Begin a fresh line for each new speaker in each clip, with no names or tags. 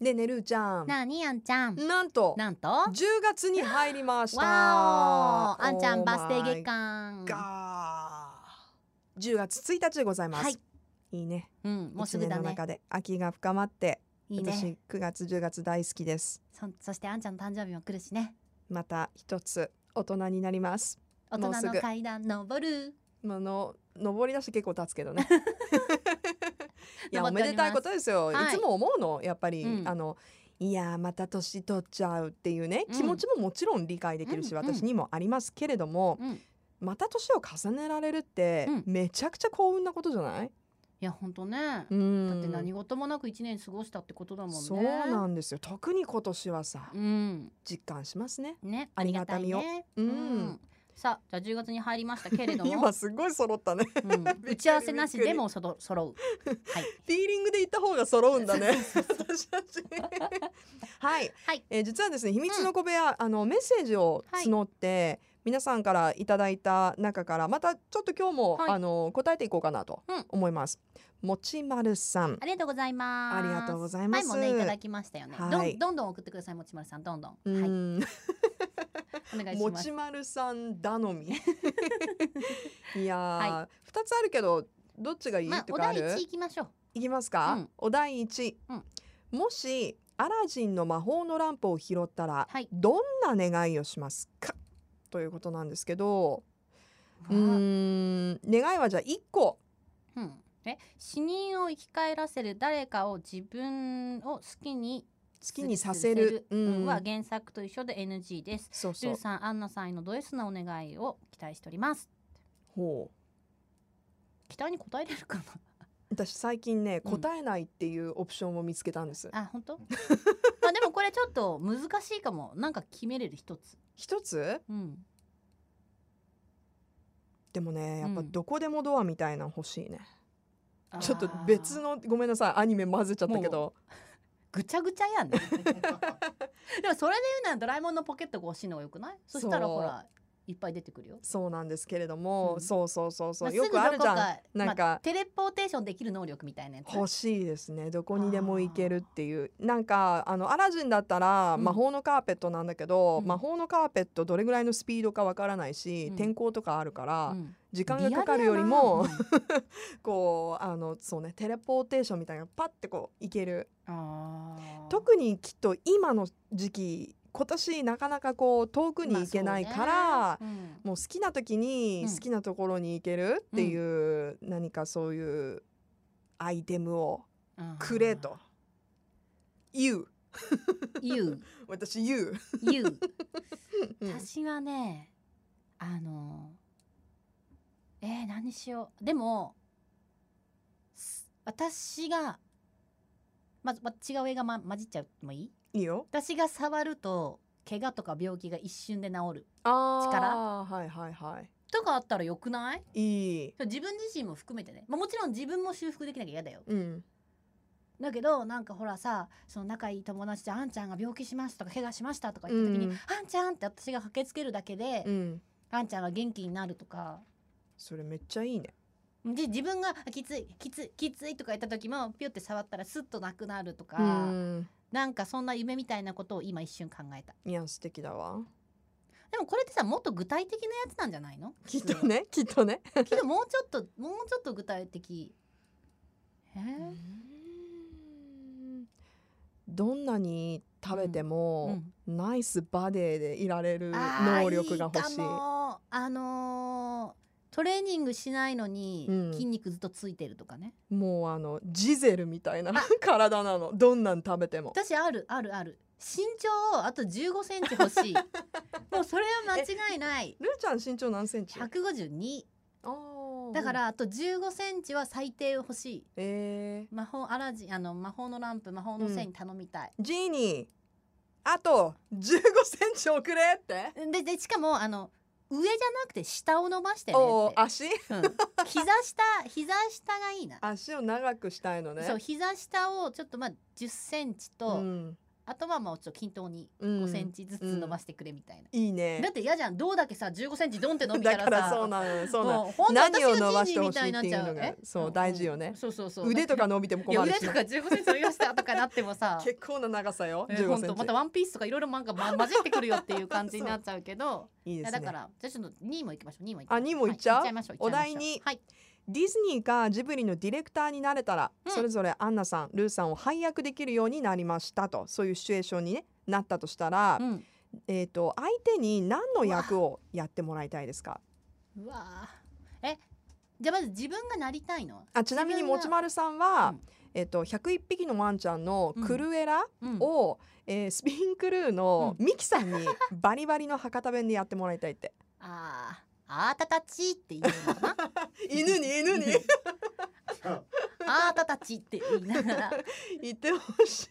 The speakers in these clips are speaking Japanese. でねるーちゃん
なあにあんちゃん
なんと
なんとわ
10月に入りまし
ーお
た
あんちゃん
Oh
バースデー月
my
間
God 10月1日でございます、
はい
い、いね
うんもうすぐだ
一年の
ね
中で秋が深まって
いいね
私9月10月大好きです
そそしてあんちゃんの誕生日も来るしね
また一つ大人になります
大
もうす
人
ぐ
の階段登る
あの登り出して結構経つけ どねいや
登って
おめで
おります
たいことですよ、
はい
い、つも思うのやっぱり、
うん
あのいやーまた年取っちゃうっていうね、
うん
気持ちももちろん理解できるし、
うん
私にもありますけれども、
うんい
また年を重ねられるって、
うん
めちゃくちゃ幸運なことじゃない、
やほんとね
うん、
だって何事もなく一年過ごしたってことだもんね
そうなんですよ特に今年はさ、
うん
実感しますね
ね
ありがたみを
ありがた
う
い
ん
ねうんさあじゃあ10月に入りましたけれども
今すごい揃ったね
うん
くり
打ち合わせなしでもそろ揃うはい
フィーリングで行った方が揃うんだ ね 私たちはい
はい
えー実はですね秘密の小部屋、あのメッセージを募って、皆さんからいただいた中からまたちょっと今日も、
はい
あの答えていこうかなと
うん
思います。もちまるさん
ありがとうございます
ありがとうございます。
前もねいただきましたよね、
はい
どんどんどん送ってくださいもちまるさんどんどん、
う
はい
ん
お願いし
も
ま
ち
す
まるさん頼 み。いやー、
は
二、つあるけどどっちがいい、
まあ
と
お
かあ
題
る？
一行きましょう
いきますか、
うん
お題1、
うん
もしアラジンの魔法のランプを拾ったら、
はい
どんな願いをしますかということなんですけどうー
わ
ん願いはじゃあ1個
あうんえ死人を生き返らせる誰かを自分を好きに
好きにさせる
うん
うん
は原作と一緒で NG です
そう
ル
そ
ー
う
さんアンナさんへのド S なお願いを期待しております
ほう
期待に応えれるかな
私最近ね
うん
答えないっていうオプションを見つけたんです、
あ本当 まあでもこれちょっと難しいかもなんか決めれる一つ
一つ
うん
でもねやっぱ
うん
どこでもドアみたいなの欲しいね、
あー
ちょっと別のごめんなさいアニメ混ぜちゃったけど
ぐちゃぐちゃやんね でもそれで言うならドラえもんのポケットが欲しいのがよくないそしたら
そう
ほらいっぱい出てくるよ
そうなんですけれども、
うん
そうそうそうそう、
まあ
よくあるじゃん
すぐどこ
なんか
まあテレポーテーションできる能力みたいなやつ
欲しいですねどこにでも行けるっていうなんかあのアラジンだったら
うん
魔法のカーペットなんだけど、
うん
魔法のカーペットどれぐらいのスピードかわからないし、
うん
天候とかあるから、
うん
時間がかかるよりもこうあのそうねテレポーテーションみたいなパッてこう行ける
リアルやなうんあー
特にきっと今の時期今年なかなかこう遠くに行けないから、
まあそうね
もう好きな時に
うん
好きなところに行けるっていう、何かそういうアイテムを
うんうん
くれと。You
You
私 You
You
うん
私はねあのえー、何しようでもす私がまず、ま、違う映画、ま、混じっちゃうもいい
いいよ
私が触ると怪我とか病気が一瞬で治る
あ
力
はいはいは
とかあったらよくない
いいい
自分自身も含めてね、まあ、もちろん自分も修復できなきゃ嫌だよ
うん
だけどなんかほらさその仲いい友達で「あんちゃんが病気しました」とか「怪我しました」とか言った時に
う
「
ん
あんちゃん」って私が駆けつけるだけで、
うん
あんちゃんが元気になるとか
それめっちゃいいね
で自分があきついきついきついとか言った時もピュって触ったらスッとなくなるとか、
うん
なんかそんな夢みたいなことを今一瞬考えた
いや素敵だわ
でもこれってさもっと具体的なやつなんじゃないの
きっとねきっとね
普通はけどもうちょっともうちょっと具体的えー
うんどんなに食べても、
ん
ナイスバディでいられる
あー
能力が欲しい
いかもあのートレーニングしないのに
うん
筋肉ずっとついてるとかね、
もうあのジゼルみたいな体なのどんなん食べても
私あるあるある身長あと1 5センチ欲 しいもうそれは間違いない
ルーちゃん身長何センチ
152
あー
だからあと15センチは最低欲しい
え
魔法アラジンあの魔法のランプ魔法の線に頼みたい、
ー、ジーニーあと15センチ遅れって
ででしかもあの上じゃなくて下を伸ばしてね
お
っ
お足
て、うん、膝下膝下がいいな、
足を長くしたいのね
そう膝下をちょっとまあ10センチと、
うん
あとはもうちょっと均等に
うん
5センチずつ伸ばしてくれみたいな、
いい
だ
ね
って嫌じゃんどうだけさ15センチドンって伸びた
だ
ら
か
さ
らそうなのそうなの
もうほんと
何を
私が
伸ばして
ジーニー
ほ
み
しい
た
っ
いにな
て
っ
い
ち
う
ゃ
のが
え
そう大事よね
うんそうそうそう
腕とか
の
伸びても
いや
困る
腕
し
とか15センチ伸びましたとかなっても さ
結構な長さよ
え
15
ほん
セ
と
ン
またワンピースとかいろいろ漫画ま混じってくるよっていう感じになっちゃうけど
チいい
い
で
や
す
だか
ね
らじゃあちょっと2位も行きましょう2位も行き
あ
まし
二
ょう
位も行っちゃう
はい行ましょ行
お
っちゃいましょ
題に
はい
ディズニーかジブリのディレクターになれたら、
うん
それぞれアンナさんルーさんを配役できるようになりましたとそういうシチュエーションに、ね、なったとしたら、
うん
えー、と相手に何の役をやってもらいたいですか
うわーえじゃあまず自分がなりたいの
あちなみにもちまるさんは、
うん
えっと101匹のワンちゃんのクルエラ
うん
を、えースピンクルーのミキさんにバリバリの博多弁でやってもらいたいって。
あーあーたたちって言うのかな
犬に犬に
あーたたちって言いながら
言ってほし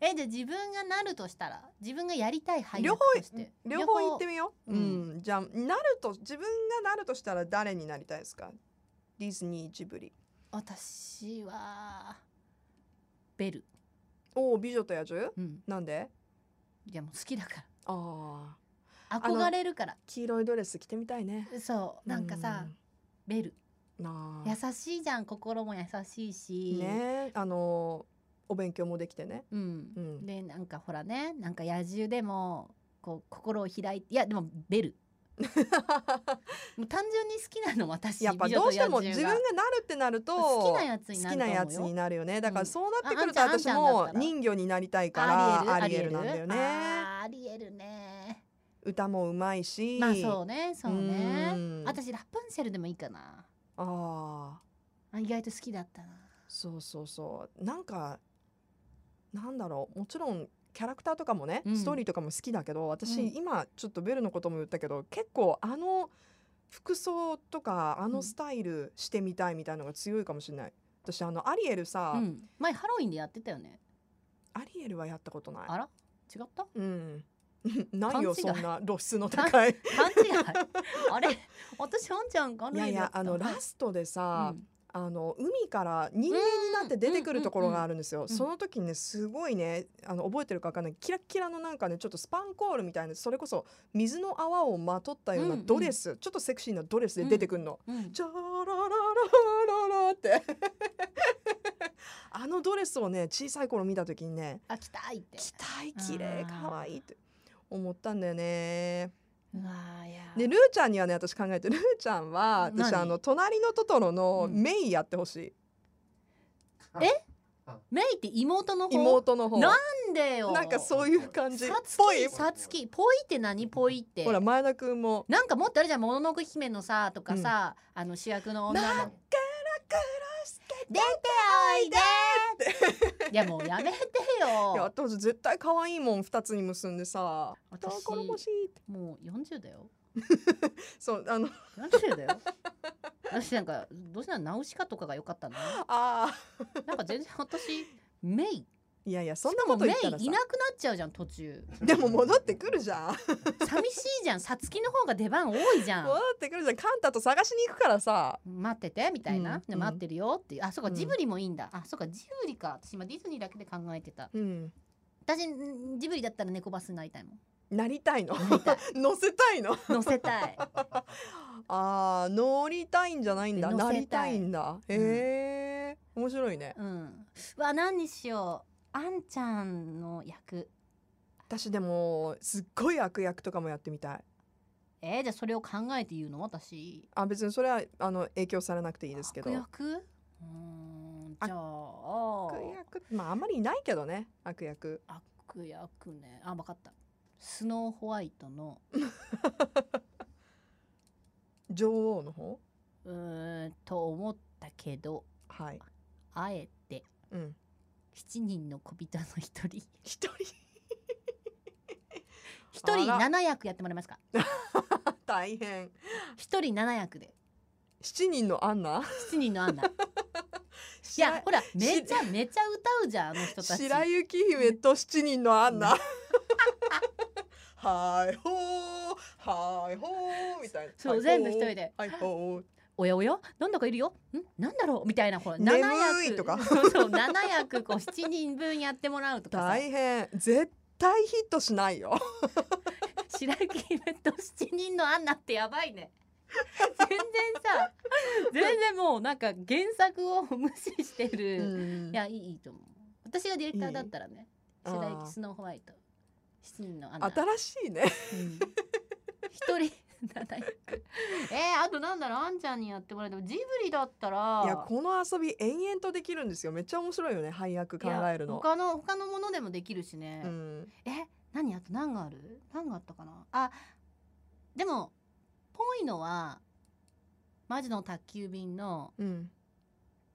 えじゃあ自分がなるとしたら自分がやりたい俳優
両
と
方
して
い両方言ってみよう、う
うん
じゃあなると自分がなるとしたら誰になりたいですかディズニージブリ
私はベル、
おお美女と野獣
うん、
なんで
いやもう好きだか
ああ
ら
の
憧れるから
黄色いドレス着てみたいね
そうなんかさ、ベル
うんなあ
優しいじゃん心も優しいし、
ねあのお勉強もできてね
うん
うん
でなんかほらねなんか野獣でもこう心を開いていやでもベルもう単純に好きなの私
やっぱ
美女
ど
と
うしても
野
自
獣
分
が
がなるってなると
好きなやつ
好
に
き
なる
な
と思うよ
やつになるよねだから
うん
そうなってくると
ああん
私
ちゃんあんちゃんだ
も
ったら
人魚になりたいから
ア
ア
リ
リ
エ
エ
ル
ルなんだよね
あーアリエルね
歌もうまいし
まあそうねそうね
うん
私ラプンツェルでもいいかな
ああ
あ意外と好きだったな
そうそうそうなんかなんだろうもちろんキャラクターとかもね、
うん
ストーリーとかも好きだけど私、
うん
今ちょっとベルのことも言ったけど結構あの服装とかあ
う
の
ん
スタイルしてみたいみたいのが強いかもしれない私あのアリエルさ、
うん前ハロウィンでやってたよね
アリエルはやったことない
あら違った
うん。 ないよ
勘違い
そんな露出の高い。
勘違いあれ私 あんちゃんが
いやいやあのラストでさ、あの海から人間になって出てくるところがあるんですよ。
んうん
その時にねすごいねあの覚えてるかわかんないキラッキラのなんかねちょっとスパンコールみたいなそれこそ水の泡をまとったような
うんうん
ドレス、ちょっとセクシーなドレスで出てくるの。
うん、うん
チャララララララって あのドレスをね小さい頃見た時にね
あ来たいって
着たい綺麗
あー
可愛いって思ったんだよね。
うわーいやー
でルーちゃんにはね私考えてルーちゃんは私
何
あの隣のトトロの
うん
メイやってほしい、
メイって妹の方
妹の方
な
なん
でよ
んかそういう感じっ
さつき
ぽい
さつきぽいって何ぽいって
ほら前田君も
なんかもっとあるじゃん「もののけ姫」のさとかさ、あの主役の女の
な
「
ん
出
か
て
ラクスケ
おいで!」 いやもうやめて
いや
よ
当時絶対可愛いもん二つに結んでさ「と
私
ころもしい」って
もう40だよ
そうあの
40だよ 私なんかどうしたらナウシカとかが良かったな
あ
なんか全然私メイ
ーいやいやそんなこと言
メ
ったら
イい
さ
なくなっちゃうじゃん途中
でも戻ってくるじゃん
寂しいじゃんさつきの方が出番多いじゃん
戻ってくるじゃんカンタと探しに行くからさ
待っててみたいな、
うん
で待ってるよっていうあそうか
うん
ジブリもいいんだ、あそうかジブリか私今ディズニーだけで考えてた
うん
私んジブリだったら猫バスになり たいもん
なりたいの
乗りたい
乗せたいの
乗せたい
あー乗りたいんじゃないんだ
乗せた
ないりたいんだへえ、面白いね
うんうわ何にしようあんちゃんの役
私でもすっごい悪役とかもやってみたい
えー、じゃあそれを考えて言うの私
あ別にそれはあの影響されなくていいですけど悪
悪役うーん
あ
じゃあ
役まああんまりいないけどね悪役
悪役ねあ分かったスノーホワイトの
女王の方
うーんと思ったけど
はい
あえて
うん
7人の小人の一人
一人
一人
あら
7役やってもらえますか
大変
一人7役で
七人のアンナ
7人のア ンナい
い
やほらめちゃめちゃ歌うじゃんあの人たち
白雪姫と七人のアンナ はいほーはいほーみたいな
そ
は
う
いほー
全部一人で
はいほー
おやおやなんだかいるよんなんだろうみたいなほら
眠い
7役
とか
そうそう7役こう7人分やってもらうとかさ
大変絶対ヒットしないよ
白雪姫と7人のアンナってやばいね 全然さ全然もうなんか原作を無視して
う
る、
ん
いやいいいいと思う私がディレクターだったらね
いい
白
あー
雪スノーホワイト7人のアンナ
新しいね
うん一人七役 えー、あとなんだろうあんちゃんにやってもらえてもジブリだったら
いやこの遊び延々とできるんですよめっちゃ面白いよね配役考える
いや
の
他の他のものでもできるしね、
うん
え何あと何がある何があったかなあでもぽいのはマジの宅急便の
うん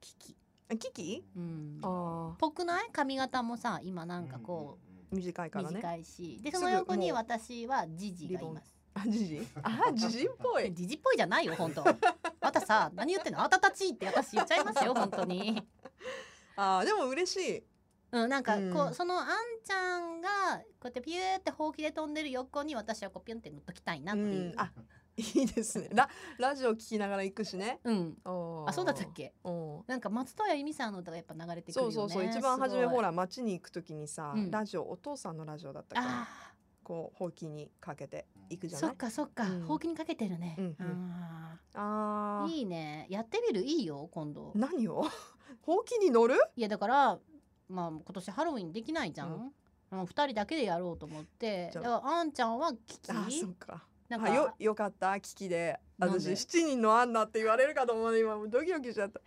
危機
あキキ
うん
あ
ぽくない髪型もさ今なんかこ
ー短いうからね
短いし、ですそ
ぐ
の横に
もう
私はジジがいます
あジジあジジっぽい
ジジっぽいじゃない よ本当あんたさ何言ってんのあんたたちって私言っちゃ いますよ本当に
あーでも嬉しい
うんなんかこう、
うん
そのあんちゃんがこうやってピューってほうきで飛んでる横に私はこうピュンって乗っときたいなっていう
うんあいいですねララジオ聞きながら行くしね
うん、
あ
あそうだったっけ
うん
なんか松任谷由実さんの歌がやっぱ流れてくる
そ
よ
う
ね。
そうそう一番初めほ
ら。
ら街に行くときにさ、
うん
ラジオお父さんのラジオだったから
あ
こうほうきにかけて行く
ー
じゃ
そ
な
っ
い
かそっか、
うん
ほうきにかけてるね。
うんうん
あー
あー
いいねやってみるいいよ今度。
何を ほうきに乗る
いやだからまあ今年ハロウィンできないじゃん。もう二人だけでやろうと思って。
じゃ
だ
あ
からあんちゃんは
あーそ
聞
っ
き
か
なん
あよ
か
よかった聞きで
なん
私
で
七人のアンナって言われるかと思うね今もうドキドキしちゃった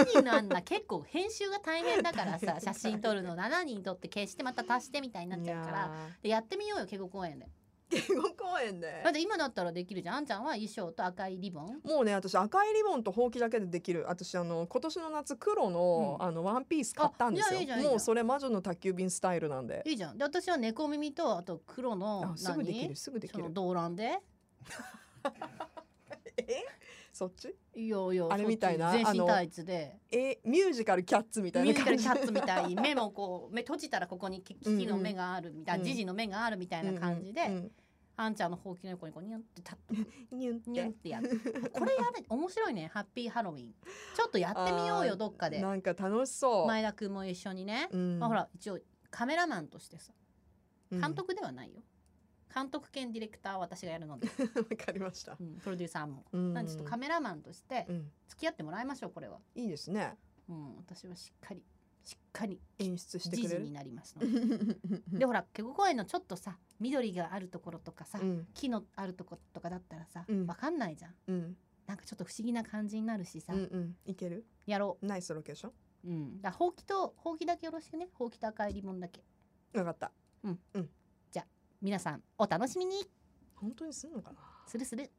7人のあんな結構編集が大変だから さ
大変
写真撮るの7人撮って消してまた足してみたいになっちゃうから。でやってみようよ敬語公演で。
いやー敬語公園で
だって今だったらできるじゃん。あんちゃんは衣装と赤いリボン。
もうね私赤いリボンとほうきだけでできる私あの今年の夏黒の,、
うん
あのワンピース買ったんです
あ
よ
いいじゃんいいじゃん
もうそれ魔女の宅急便スタイルなんで
いいじゃん。で私は猫耳とあと黒の
あすぐでき
何
るすぐでき
その
る
動乱で
えそっち
いやいや
あれみたいな
そっち
あ
全
の
身タイツで
えミュージカルキャッツみたい
ミュ
な
ージカル
感じ
キャッツみたいに目もこう 目閉じたらここにキキキの目があるみたい
うん
な、
うん
ジジの目があるみたいな感じで、
うんうん
あんちゃんのほうきの横にこうニュンって立 って
うんニュンって
ニュンってやってこれやべ面白いねハッピーハロウィンちょっとやってみよう
あー
よどっかで
なんか楽しそう、
前田君も一緒にね、
うん
まあ、ほら一応カメラマンとしてさ
うん
監督ではないよ、監督兼ディレクターは私がやるの で、
わかりました
うんプロデューサーも、
うん
なんでちょっとカメラマンとして
うん
付き合ってもらいましょうこれは。
いいですね
うん、私はしっかりしっかり
演出して
時
くれ
事
る
になりますの ででほらケゴ公園のちょっとさ緑があるところとかさ、
うん
木のあるところとかだったらさ、
うん
わかんないじゃん
うん
なんかちょっと不思議な感じになるし
う
さ、
んうんいける
やろ
ナイスロケーション
う、うん、だからほうきとほうきだけよろしくねほうきと赤いリボンだけ
分かった
皆さんお楽しみに
本当にすんのかな
するする